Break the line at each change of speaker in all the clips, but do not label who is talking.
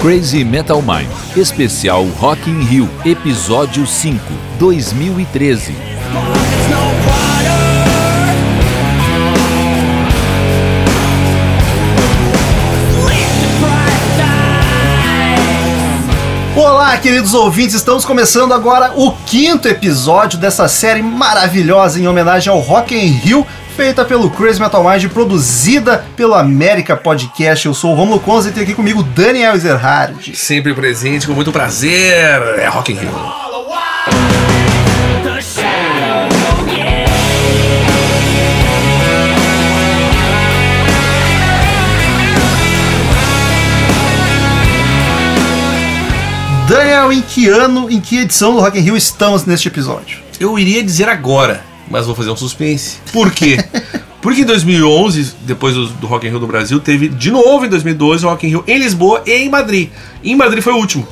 Crazy Metal Mind, especial Rock in Rio, episódio 5, 2013.
Olá, queridos ouvintes, estamos começando agora o quinto episódio dessa série maravilhosa em homenagem ao Rock in Rio, feita pelo Crazy Metal Mind, produzida pelo América Podcast. Eu sou o Romulo Conze e tem aqui comigo Daniel Zerhard.
Sempre presente, com muito prazer. É Rock in Rio.
Daniel, em que ano, em que edição do Rock in Rio estamos neste episódio?
Eu iria dizer agora, mas vou fazer um suspense. Por quê? Porque em 2011, depois do, do Rock in Rio do Brasil, teve de novo em 2012 o Rock in Rio em Lisboa e em Madrid. Em Madrid foi o último.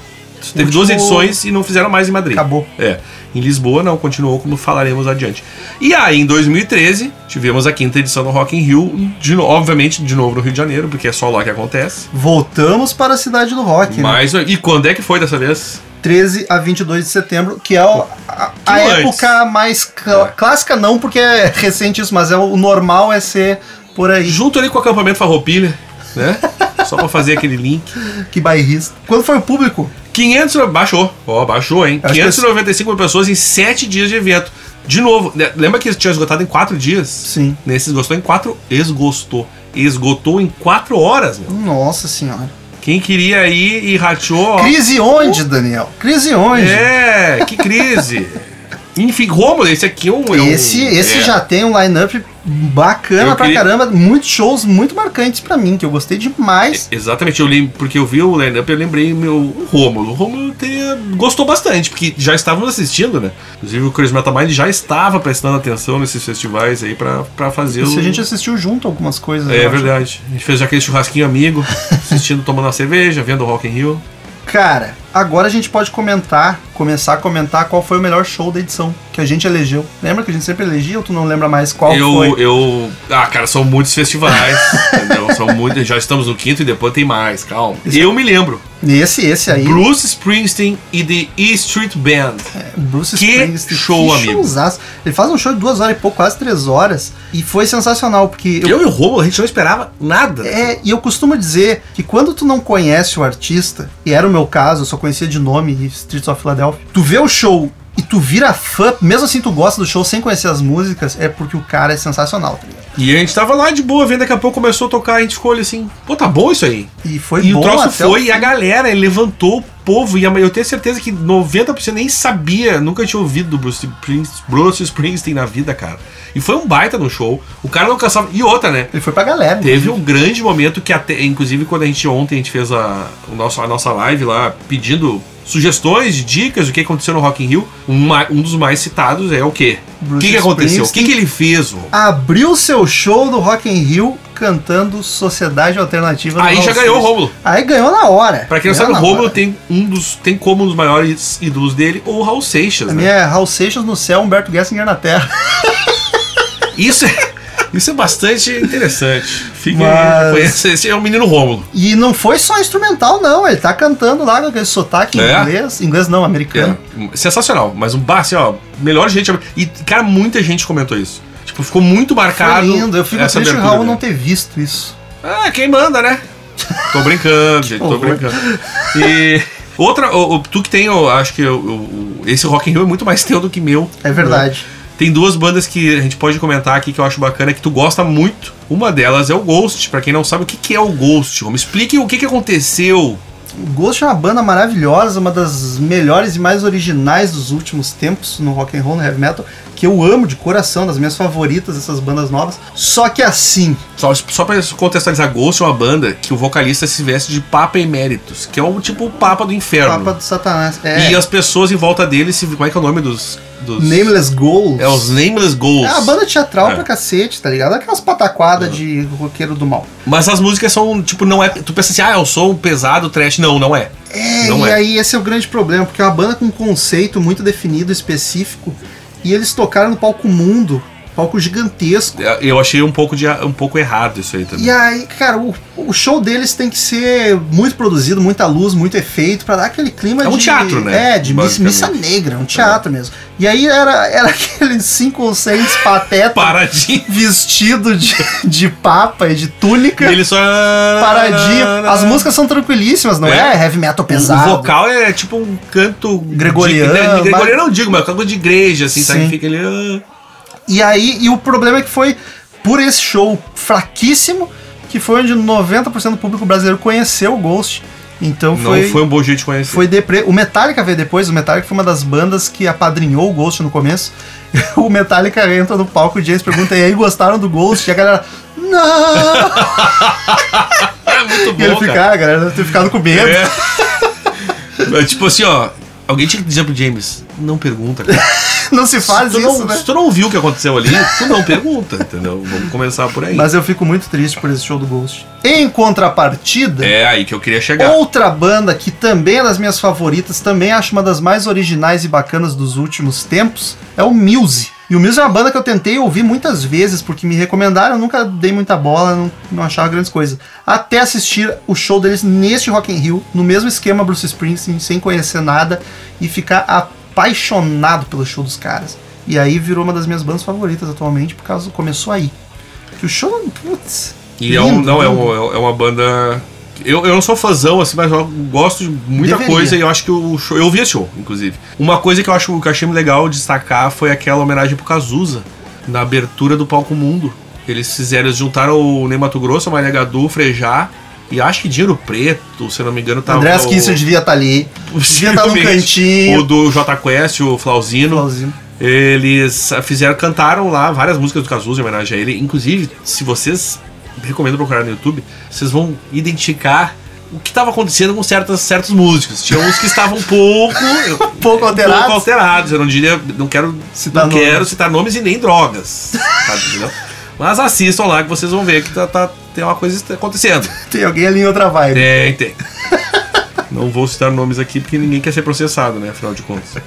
Teve
Último-
duas edições e não fizeram mais em Madrid.
Acabou.
É. Em Lisboa não, continuou como falaremos adiante. E aí, em 2013, tivemos a quinta edição do Rock in Rio, de no- obviamente de novo no Rio de Janeiro, porque é só lá que acontece.
Voltamos para a cidade do rock, né?
Mas, e quando é que foi dessa vez?
13 a 22 de setembro, que é o- a, a
Que Um antes.
época mais cla-
É.
clássica, não porque é recente isso, mas é o normal é ser por aí.
Junto ali com o acampamento Farroupilha, né? Só pra fazer aquele link.
Que bairrista. Quando foi o público?
500 baixou, ó, baixou, hein?
Acho que é
595 mil pessoas em 7 dias de evento. De novo, né, lembra que tinha esgotado em 4 dias?
Sim.
Nesse esgotou em 4, esgotou. Esgotou em 4 horas, meu.
Nossa senhora.
Quem queria ir e rateou, ó.
Crise onde, Daniel? Crise onde?
É, que crise. Enfim, Rômulo, esse aqui é um. é um-
Esse, esse
é.
já tem um line-up bacana
Eu
pra
queria-
caramba, muitos shows muito marcantes pra mim, que eu gostei demais.
Exatamente, eu lembro, porque eu vi o lineup, eu lembrei meu o Rômulo. O Rômulo teria- gostou bastante, porque já estávamos assistindo, né? Inclusive o Chris Metal Mind já estava prestando atenção nesses festivais aí pra, pra fazer
Isso
o.
a gente assistiu junto algumas coisas.
É,
eu acho.
verdade. A gente fez já aquele churrasquinho amigo, assistindo, tomando uma cerveja, vendo o Rock in Rio.
Cara, agora a gente pode comentar, começar a comentar qual foi o melhor show da edição que a gente elegeu. Lembra que a gente sempre elegia ou tu não lembra mais qual
eu,
foi?
eu. Ah, cara, são muitos festivais. entendeu? São muitos. Já estamos no quinto e depois tem mais, calma.
é
Eu me lembro.
Esse, esse aí.
Bruce Springsteen e The E Street Band.
Bruce
Que
Springsteen.
show,
que
amigo.
showzaço. Ele faz um show de duas horas e pouco, quase três horas. E foi sensacional, porque eu,
e o Romulo, a gente não esperava nada.
É, e eu costumo dizer que quando tu não conhece o artista, e era o meu caso, eu só conhecia de nome Streets of Philadelphia, tu vê o show e tu vira fã, mesmo assim tu gosta do show sem conhecer as músicas, é porque o cara é sensacional, tá ligado?
E a gente tava lá de boa, vendo daqui a pouco começou a tocar, a gente ficou ali assim, pô, tá bom isso aí.
E foi
e
bom
o troço
até o
foi, e a galera ele levantou o povo, e a ma- eu tenho certeza que 90% nem sabia, nunca tinha ouvido do Bruce Springsteen, Bruce Springsteen na vida, cara. E foi um baita no show, o cara não cansava. E outra, né?
Ele foi pra galera.
Teve um grande momento que até, inclusive, quando a gente ontem a gente fez a, o nosso, a nossa live lá pedindo sugestões, dicas do que aconteceu no Rock in Rio, um, ma- um dos mais citados é o quê? O
Bruce
que, que aconteceu? O que,
Springsteen.
que ele fez, vô?
Abriu seu show do Rock in Rio cantando Sociedade Alternativa. no
Aí
Wall
já ganhou o
Street.
Rômulo.
Aí ganhou na hora.
Pra quem
Ganhou
não sabe, o
na
Romulo
hora.
tem, um dos, tem como um dos maiores ídolos dele, ou o Raul Seixas,
A
né?
minha é Raul Seixas no céu, Humberto Gessinger na terra.
Isso é, isso é bastante interessante. Fica
Mas-
conhece, esse é o menino Rômulo.
E não foi só instrumental, não. Ele tá cantando lá com aquele sotaque
É?
em inglês. Inglês não, americano.
É, sensacional, mas um bar, assim, ó, melhor gente. E, cara, muita gente comentou isso. Tipo, ficou muito
Foi
marcado.
lindo. Eu fico
essa
triste o
abertura
Raul não
dele.
ter visto isso.
Ah, quem manda, né? Tô brincando, gente, tô
horror.
brincando. E. Outra, o- o- tu que tem, eu acho que o- o- o- esse Rock in Rio é muito mais teu do que meu.
É verdade.
Tem duas bandas que a gente pode comentar aqui que eu acho bacana, que tu gosta muito. Uma delas é o Ghost. Pra quem não sabe, o que, que é o Ghost? Me explique o que, que aconteceu.
O Ghost é uma banda maravilhosa, uma das melhores e mais originais dos últimos tempos no rock and roll, no heavy metal, que eu amo de coração, das minhas favoritas, essas bandas novas. Só que assim,
Só, só pra contextualizar, Ghost é uma banda que o vocalista se veste de Papa Emeritus, que é um tipo o Papa do Inferno.
Papa do Satanás. É,
E as pessoas em volta dele se. Como é que é o nome dos. dos-
Nameless Goals.
É os Nameless
É
Ghosts.
a banda teatral
É.
pra cacete, tá ligado? Aquelas pataquadas de roqueiro do mal.
Mas as músicas são, tipo, não é. Tu pensa assim, ah, eu sou um pesado trash. Não, não é.
É,
Não
e
é.
aí esse é o grande problema, porque é uma banda com um conceito muito definido, específico, e eles tocaram no palco mundo. palco gigantesco.
Eu achei um pouco, de, um pouco errado isso aí também.
E aí, cara, o, o show deles tem que ser muito produzido, muita luz, muito efeito, pra dar aquele clima
É
de.
um teatro, né?
É, de miss- missa negra, é um teatro mesmo. E aí era, era aqueles cinco ou seis patetas
Paradinha.
vestido de, de papa e de túnica.
Ele só.
Paradinha. As músicas são tranquilíssimas, não é?
É.
Heavy metal pesado.
O vocal é tipo um canto
Gregoriano,
de- né,
mas-
gregoriano não digo, mas é um canto de igreja, assim, sabe?
Sim.
Fica ali. ah.
E aí, e o problema é que foi por esse show fraquíssimo que foi onde 90% do público brasileiro conheceu o Ghost. Então
Não
foi
foi, um bom jeito de conhecer.
foi deprê. O Metallica veio depois, o Metallica foi uma das bandas que apadrinhou o Ghost no começo. O Metallica entra no palco e o James pergunta: "E aí, gostaram do Ghost?" E a galera: "Não!"
É muito
E ele
bom, cara.
fica, "Ah, a galera deve ter ficado com medo.
É. É tipo assim, ó. Alguém tinha que dizer pro James, não pergunta, cara.
Não se faz
se tu
isso,
não,
né?
Se tu não ouviu o que aconteceu ali, tu não pergunta, entendeu? Vamos começar por aí.
Mas eu fico muito triste por esse show do Ghost. Em contrapartida,
É aí que eu queria chegar.
Outra banda que também é das minhas favoritas, também acho uma das mais originais e bacanas dos últimos tempos, é o Muse. E o Muse é uma banda que eu tentei ouvir muitas vezes, porque me recomendaram, eu nunca dei muita bola, não, não achava grandes coisas. Até assistir o show deles neste Rock in Rio, no mesmo esquema Bruce Springsteen, sem conhecer nada, e ficar apaixonado pelo show dos caras. E aí virou uma das minhas bandas favoritas atualmente, por causa começou aí. Que o show, putz,
E é, um,
lindo,
não, é,
lindo.
um- é uma banda. Eu, eu não sou fãzão, assim, mas eu gosto de muita
Deveria.
coisa e eu acho que o show. Eu vi esse show, inclusive. Uma coisa que eu acho que eu achei legal destacar foi aquela homenagem pro Cazuza, na abertura do Palco Mundo. Eles fizeram, eles juntaram o Ney Mato Grosso, a Maria Gadu, o Frejá. E acho que Dinheiro Preto, se eu não me engano, tá
Andrés
o-
Kisser devia estar ali, devia estar num
possivelmente,
cantinho.
O do J Quest, o Flauzino.
Flauzino.
Eles fizeram, cantaram lá várias músicas do Cazuza em homenagem a ele. Inclusive, se vocês recomendo procurar no YouTube, vocês vão identificar o que estava acontecendo com certas, certos músicos. Tinha uns que estavam um pouco,
pouco alterados.
É, pouco alterados. Eu não diria, não quero citar,
Citar
não
nomes.
quero citar nomes e nem drogas. sabe, entendeu? Mas assistam lá que vocês vão ver que tá, tá- tem uma coisa est- acontecendo.
Tem alguém ali em outra vibe.
Tem, tem. Não vou citar nomes aqui porque ninguém quer ser processado, né? Afinal de contas,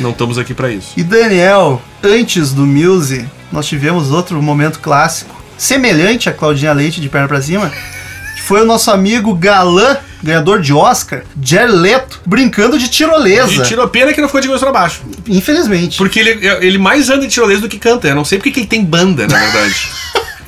não estamos aqui para isso.
E Daniel, antes do Muse, nós tivemos outro momento clássico, semelhante a Claudinha Leite de perna pra cima, que foi o nosso amigo galã, ganhador de Oscar, Jerry Leto, brincando de tirolesa.
E tirou pena que não ficou de cabeça pra baixo.
Infelizmente.
Porque ele, ele mais anda em tirolesa do que canta. Eu não sei porque que ele tem banda, na verdade.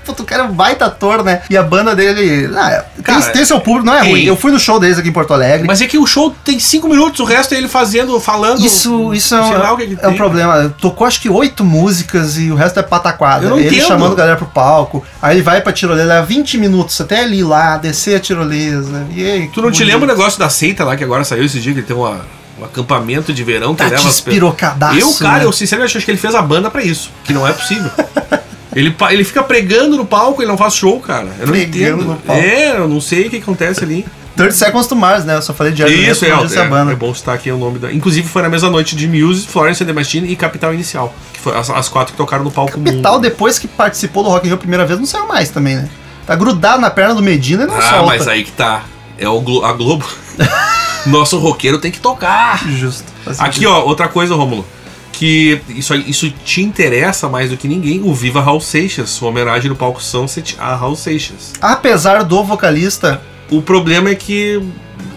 Puta, o cara é um baita ator, né? E a banda dele. Ah, tem-
Cara,
tem, seu público, não é ruim.
ei.
Eu fui no show deles aqui em Porto Alegre.
Mas é que o show tem cinco minutos, o resto é ele fazendo, falando.
Isso, isso é, um,
sei lá o que que
é um
tem.
problema. Tocou acho que oito músicas e o resto é pataquada.
Eu não
ele
entendo.
chamando a galera pro palco, aí ele vai pra tirolesa, leva 20 minutos até ele ir lá, descer a tirolesa. E aí,
Tu não te
bonito.
lembra o negócio da seita lá que agora saiu esse dia, que ele tem uma- um acampamento de verão que
Tá
leva as pessoas.
despirocadaço.
Eu, cara,
né?
eu sinceramente acho que ele fez a banda pra isso, que não é possível. ele, pa- ele fica pregando no palco, ele não faz show, cara. Eu não
Pregando
entendo.
no palco.
É, eu não sei o que acontece ali.
30 Seconds to Mars, né? Eu só falei de
Isso, é,
Leto,
é,
essa
é
banda.
bom citar aqui o nome da. Inclusive foi na mesma noite de Muse, Florence and the Machine e Capital Inicial. Que foi as, as quatro que tocaram no palco mundo.
Capital, depois que participou do Rock in Rio a primeira vez, não saiu mais também, né? Tá grudado na perna do Medina e não
Ah,
solta.
mas aí que tá. É o Glo- a Globo. Nosso roqueiro tem que tocar.
Justo. Faz
Aqui,
sentido.
ó, outra coisa, Rômulo. Que isso, aí- isso te interessa mais do que ninguém. O Viva Raul Seixas, uma homenagem no palco Sunset a Raul Seixas.
Apesar do vocalista,
O problema é que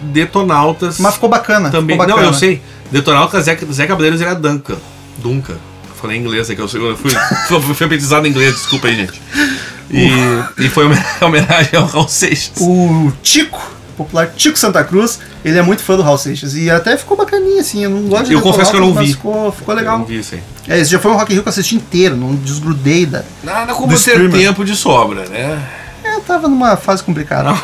Detonautas.
mas ficou bacana.
Também.
Ah, ficou
Não,
bacana.
eu sei. Detonautas, Zé, Zé Cabeleiros era Duncan. Duncan. Eu Falei em inglês, é que eu, eu fui, fui alfabetizado em inglês, desculpa aí, gente. E, e foi uma homenagem ao Raul Seixas.
O Tico, popular Tico Santa Cruz, ele é muito fã do Hal Seixas. E até ficou bacaninha, assim. Eu não gosto de
Eu confesso que eu não
Detonautas,
vi.
mas Ficou, ficou
Eu não
legal.
vi isso aí.
É, esse já foi um Rock in Rio que eu assisti inteiro, não desgrudei da.
Nada
Do
como ter
streamer.
tempo de sobra, né?
É, eu tava numa fase complicada.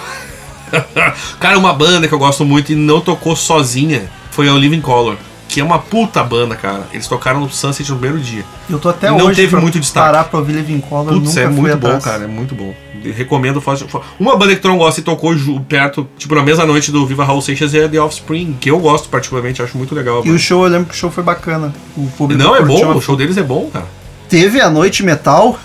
Cara, uma banda que eu gosto muito e não tocou sozinha foi a Living Color, que é uma puta banda, cara. Eles tocaram no Sunset no primeiro dia.
Eu tô até
Não
hoje
teve
pra
muito destaque.
parar pra ouvir Levin Collar, eu
Putz,
nunca
é
fui
muito bom,
atrás.
cara, é muito bom. De- Recomendo fácil. Uma banda que tu não gosta e tocou ju- perto, tipo, na mesma noite do Viva Raul Seixas é The Offspring, que eu gosto particularmente, acho muito legal.
E o show, eu lembro que o show foi bacana. O público
Não, é
curtiu.
bom, o show deles é bom, cara.
Teve a Noite Metal,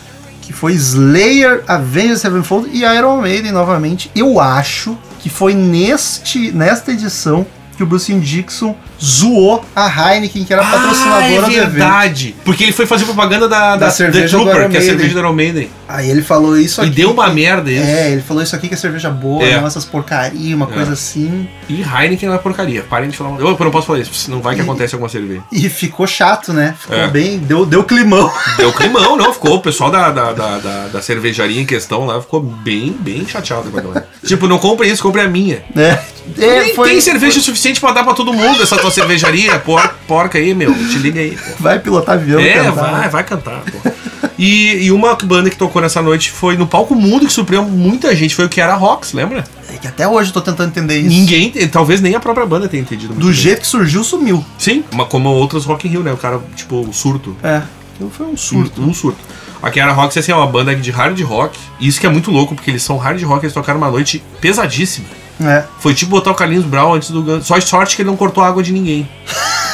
que foi Slayer, Avengers Sevenfold e Iron Maiden novamente. Eu acho que foi neste, nesta edição que que o Bruce Dixon zoou a Heineken, que era
Ah, é
patrocinadora do evento.
verdade. Porque ele foi fazer propaganda da, da,
Da cerveja
The
do
Trooper,
Iron
que é a cerveja
Maiden.
do Iron Maiden.
Aí ele falou isso
E
aqui.
deu uma merda isso.
É, ele falou isso aqui que é cerveja boa,
É.
não essas porcaria, uma
É.
coisa assim.
E Heineken é uma porcaria. Parem de falar. Eu, eu não posso falar isso, senão vai que acontece alguma cerveja.
E ficou chato, né? Ficou
É.
bem, deu, deu climão.
Deu climão, não. Ficou o pessoal da, da, da, da- da cervejaria em questão lá ficou bem, bem chateado com aquela. Tipo, não compre isso, compre a minha.
né? É,
Nem
foi-
tem cerveja suficiente pra dar pra todo mundo essa tua cervejaria por- porca aí, meu. Te liga aí, pô.
Vai pilotar avião,
É,
cantar,
vai,
né?
vai cantar, pô. E, e uma banda que tocou nessa noite foi no palco mundo que surpreendeu muita gente, foi o Kiara Rocks, lembra?
É que até hoje eu tô tentando entender isso.
Ninguém, eh, talvez nem a própria banda tenha entendido muito
Do
bem.
jeito que surgiu, sumiu.
Sim, mas como outros Rock in Rio, né? O cara, tipo, o surto.
É. Então Foi um surto.
Um, um surto. A Kiara Rocks assim, é uma banda de hard rock. E isso que é muito louco, porque eles são hard rock, eles tocaram uma noite pesadíssima.
É.
Foi tipo botar o Carlinhos Brown antes do Guns. Só sorte que ele não cortou a água de ninguém.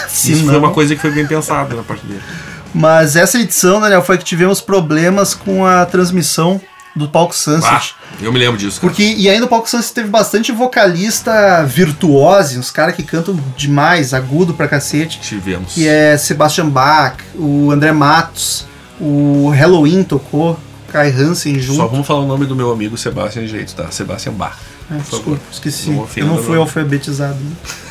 Se
isso foi
não-
uma coisa que foi bem pensada na parte dele.
Mas essa edição, Daniel, foi que tivemos problemas com a transmissão do Palco
Ah,
Sunset.
eu me lembro disso. cara.
Porque, e ainda o Palco Sunset teve bastante vocalista virtuose, uns caras que cantam demais, agudo pra cacete,
Tivemos.
que é Sebastian Bach, o André Matos, o Halloween tocou, Kai Hansen junto.
Só vamos falar o nome do meu amigo Sebastian direito, tá? Sebastian Bach.
É,
Por
desculpa,
favor.
esqueci.
Não
eu
ofenda,
não fui
não.
alfabetizado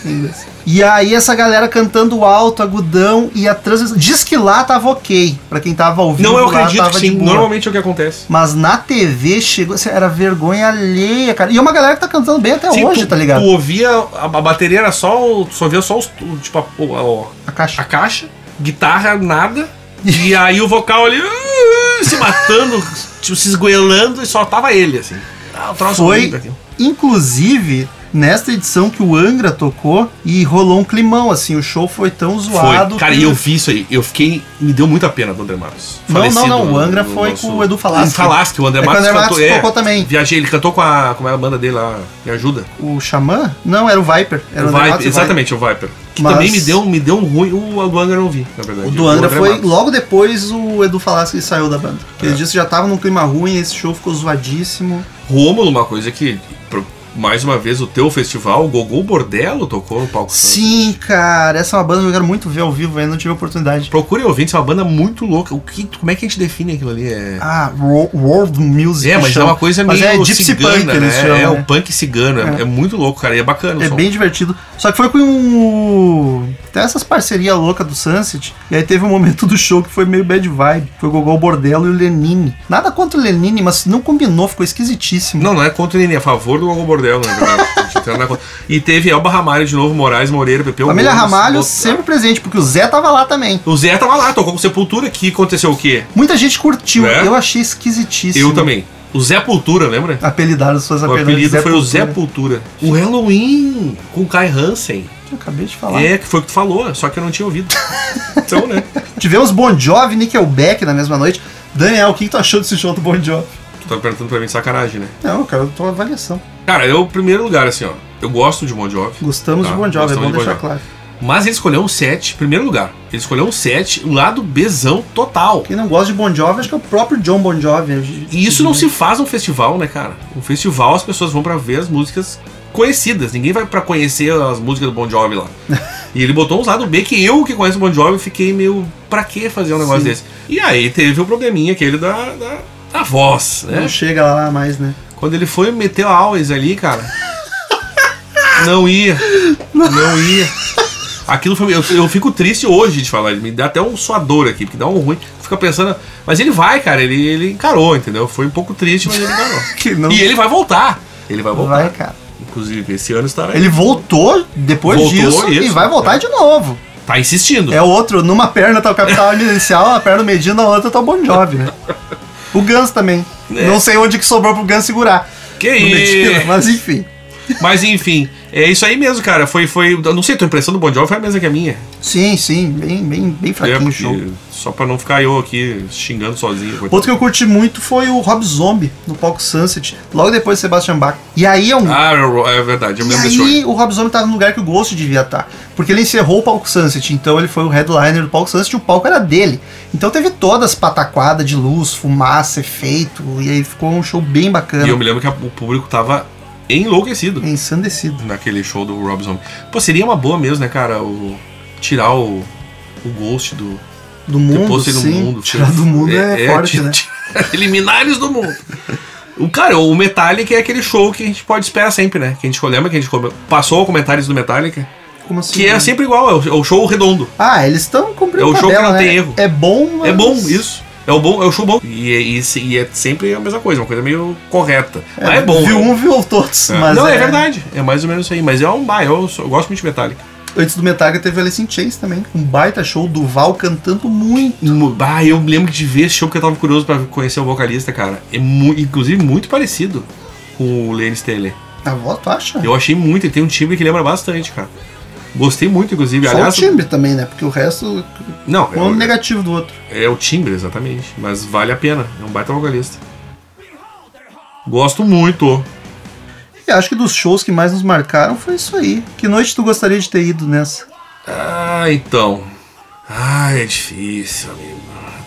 ainda. e aí essa galera cantando alto, agudão e a transmissão. Diz que lá tava ok, pra quem tava ouvindo.
Não, eu
lá,
acredito
tava
que
de
sim.
boa.
Normalmente é o que acontece.
Mas na TV chegou, assim, era vergonha alheia, cara. E é uma galera que tá cantando bem até
Sim,
hoje,
tu-
tá ligado?
Tu ouvia, a, a bateria era só, o- só via só os, o- tipo, a, o- a-
A caixa.
a caixa, guitarra, nada. E aí o vocal ali uh, se matando, tipo, se esgoelando e só tava ele, assim. Ah, o troço
Foi.
horrível aquilo.
Inclusive, nesta edição que o Angra tocou e rolou um climão, assim, o show foi tão zoado.
Foi. Cara,
que-
e eu vi isso aí. Eu fiquei. Me deu muita pena do André Matos.
Não, não, não.
Falecido,
O Angra
no
foi
nosso-
com o Edu Falaschi.
Falaschi, o André
É que o
Matos
André
cantou.
Matos
é,
tocou também.
Viajei, ele cantou com a. Como era a banda dele lá? Me ajuda.
O Xamã? Não, era o Viper. Era
o
André
Viper,
Matos e o Viper.
exatamente, o Viper. Que
Mas-
também me deu, me deu um ruim. O do Angra eu não vi, na verdade.
O do Angra
André
foi
Matos.
logo depois o Edu falasse que ele saiu da banda. Porque
É.
ele disse que já tava num clima ruim, esse show ficou zoadíssimo.
Rômulo, uma coisa que. pro- Mais uma vez, o teu festival, o Gogol Bordello tocou no palco. Santos.
Sim, cara, essa é uma banda que eu quero muito ver ao vivo, ainda não tive oportunidade.
Procurem ouvintes, é uma banda muito louca. O que, como é que a gente define aquilo ali? É,
Ah, Ro- World Music.
é mas é
chama.
uma coisa meio
Mas é Gypsy
cigana,
Punk, eles
né?
chamam,
é,
né?
o punk cigano. É, é muito louco, cara. E é bacana o
É
som.
bem divertido. Só que foi com um. Tem essas parcerias loucas do Sunset. E aí teve um momento do show que foi meio bad vibe. Foi o Gogol Bordello e o Lenine. Nada contra o Lenine, mas não combinou, ficou esquisitíssimo.
Não, não é contra ninguém, é a favor do Gogol Bordello, na verdade. A gente tá na contra. e teve Elba Ramalho de novo, Moraes, Moreira, Pepe
Família
Gomes,
Ramalho
Bota-
sempre presente, porque o Zé tava lá também.
O Zé tava lá, tocou com Sepultura, que aconteceu o quê?
Muita gente curtiu,
É?
eu achei esquisitíssimo.
Eu também. O Zé Pultura, lembra?
Apelidaram suas
O
apelidas.
apelido
Zé
foi o Zé
Pultura.
Pultura. O Halloween com o Kai Hansen.
Eu acabei de falar.
É, que foi o que tu falou, só que eu não tinha ouvido. Então, né?
Tivemos Bon Jovi e Nickelback na mesma noite. Daniel, o que que tu achou desse show do Bon Jovi?
Tu tá perguntando pra mim de sacanagem, né?
Não, cara, eu tô avaliação.
Cara, eu, em primeiro lugar, assim, ó. Eu gosto de Bon Jovi.
Gostamos
Tá,
de Bon Jovi, é
gostamos
bom
de Bon
deixar
Jovi.
claro.
Mas ele escolheu um set, em primeiro lugar. Ele escolheu um set, um lado Bzão total.
Quem não gosta de Bon Jovi, acho que é o próprio John Bon Jovi. né?
E isso não se faz num festival, né, cara? Um festival as pessoas vão pra ver as músicas conhecidas. Ninguém vai pra conhecer as músicas do Bon Jovi lá. e ele botou uns lado B que eu que conheço o Bon Jovi fiquei meio pra que fazer um negócio
Sim.
desse. E aí teve o probleminha aquele da, da, da voz, né?
Não chega lá mais, né?
Quando ele foi meter a Always ali, cara. não ia. Não ia. Aquilo foi. Eu, eu fico triste hoje de falar, me dá até um suador aqui, porque dá um ruim. Fica pensando. Mas ele vai, cara, ele, ele encarou, entendeu? Foi um pouco triste, mas ele encarou.
Que não
E ele vai voltar. Ele vai voltar.
vai, cara.
Inclusive, esse ano estará aí.
Ele voltou depois
Voltou,
disso e
isso,
vai voltar
é.
de novo.
Tá insistindo.
É o outro, numa perna tá o Capital Inicial, na perna do Medina, na outra tá o Bon Jovi, né? O Guns também.
É.
Não sei onde que sobrou pro Guns segurar.
Que
No Medina,
isso.
mas enfim.
Mas enfim, é isso aí mesmo, cara. Foi, foi. eu Não sei, tua impressão do Bon Jovi foi a mesma que a minha.
Sim, sim, bem, bem, bem
É,
fraquinho o
porque-
Ah, um show.
só pra não ficar eu aqui xingando sozinho. coitado.
Outro que eu curti muito foi o Rob Zombie no palco Sunset, logo depois do Sebastian Bach. E aí é um.
Ah, eu- é verdade, eu me
e
lembro desse show.
aí o Rob Zombie tava no lugar que o Ghost devia estar. Porque ele encerrou o palco Sunset, então ele foi o headliner do palco Sunset e o palco era dele. Então teve todas as pataquadas de luz, fumaça, efeito, e aí ficou um show bem bacana.
E eu me lembro que a- o público tava enlouquecido
É Ensandecido.
naquele show do Rob Zombie. Pô, seria uma boa mesmo, né, cara? O, tirar o, o Ghost do.
Do mundo,
Depois ele no
sim.
mundo,
Tirar do mundo é, forte,
ti-
né?
ti- Eliminar eles do mundo. O cara, o Metallica é aquele show que a gente pode esperar sempre, né? Que a gente lembra que a gente come- passou comentários do Metallica,
Como assim?
que é
né?
sempre igual, é o- é o show redondo.
Ah, eles estão cumprindo
É o jogo que
tabela,
não tem
né?
erro.
É bom, mas...
É bom isso. É o bom, é o show bom. E, é- e se- e é sempre a mesma coisa, uma coisa meio correta. mas é bom.
Viu
né?
um, viu todos.
É.
Mas
Não, é... verdade. É mais ou menos isso aí. Mas é um bah, eu, sou- eu gosto muito de Metallica.
Antes do Metallica teve Alice in Chains também. Um baita show do Val cantando muito.
Bah, eu lembro de ver esse show porque eu tava curioso pra conhecer o vocalista, cara. É mu- inclusive muito parecido com o Lane Staley.
A voz, tu acha?
Eu achei muito, ele tem um timbre que lembra bastante, cara. Gostei muito, inclusive.
Só
Aliás,
o timbre também, né? Porque o resto,
não, é
um
o,
negativo do outro.
é o timbre, exatamente. Mas vale a pena. É um baita vocalista. Gosto muito.
E acho que dos shows que mais nos marcaram foi isso aí. Que noite tu gostaria de ter ido nessa?
Ah, então. Ah, é difícil, amigo.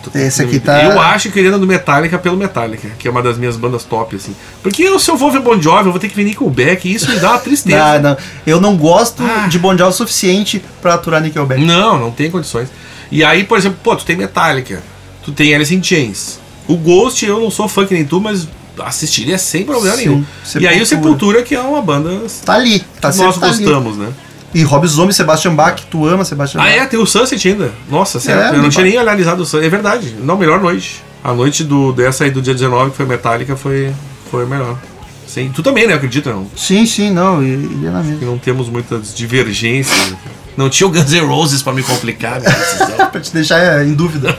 Tô
Esse
tentando-
aqui tá-
Eu acho que eu iria no Metallica pelo Metallica, que é uma das minhas bandas top, assim. Porque eu, se eu vou ver Bon Jovi, eu vou ter que vir Nickelback, e isso me dá uma
Ah,
tristeza.
não. Eu não gosto
Ah.
de Bon Jovi o suficiente pra aturar Nickelback.
não, não tem condições. E aí, por exemplo, pô, tu tem Metallica, tu tem Alice in Chains. O Ghost, eu não sou fã que nem tu, mas assistiria sem problema
Sim,
nenhum. E aí o
Sepultura.
Sepultura, que é uma banda
Tá ali, tá
que
sempre
nós
tá ali.
gostamos, né?
E Rob Zombie, Sebastian Bach, tu ama Sebastian
Ah,
Bach.
é? Tem o Sunset ainda. Nossa, sério.
É,
eu não
me
tinha nem analisado o Sunset. É verdade. Não, melhor noite. A noite do, dessa aí do dia 19, que foi Metallica, foi, foi a melhor. Sim. Tu também, né? Acredito, não.
Sim, sim, não, e- iria na
Que
mesma.
não temos muitas divergências. Não tinha o Guns N' Roses pra me complicar minha decisão.
pra te deixar eh, em dúvida.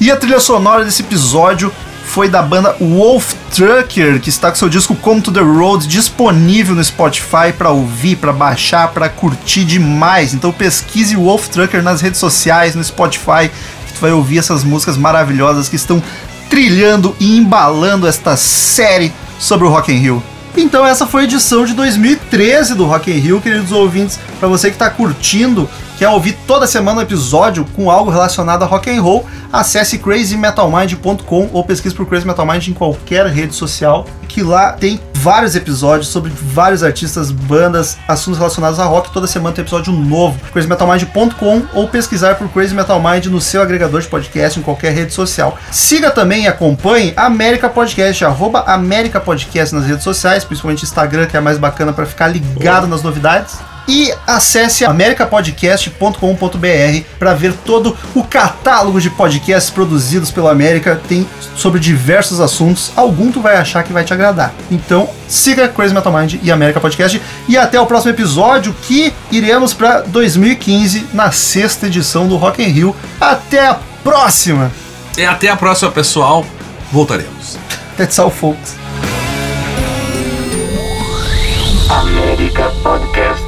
e a trilha sonora desse episódio foi da banda Wolf Trucker, que está com seu disco Come to the Road disponível no Spotify pra ouvir, pra baixar, pra curtir demais. Então pesquise Wolf Trucker nas redes sociais, no Spotify, que tu vai ouvir essas músicas maravilhosas que estão trilhando e embalando esta série sobre o Rock in Rio. Então essa foi a edição de 2013 do Rock in Rio, queridos ouvintes. Para você que tá curtindo, quer ouvir toda semana um episódio com algo relacionado a rock and roll, acesse crazymetalmind.com ou pesquise por Crazy Metal Mind em qualquer rede social, que lá tem vários episódios sobre vários artistas, bandas, assuntos relacionados a rock. Toda semana tem episódio novo. crazymetalmind.com ou pesquisar por Crazy Metal Mind no seu agregador de podcast, em qualquer rede social. Siga também e acompanhe a América Podcast, arroba América Podcast nas redes sociais, principalmente Instagram, que é a mais bacana para ficar ligado nas novidades. E acesse americapodcast.com.br para ver todo o catálogo de podcasts produzidos pela América. Tem sobre diversos assuntos. Algum tu vai achar que vai te agradar. Então siga Crazy Metal Mind e América Podcast. E até o próximo episódio que iremos para 2015 na sexta edição do Rock in Rio. Até a próxima!
e É, até a próxima, pessoal. Voltaremos.
That's all, folks.
América Podcast.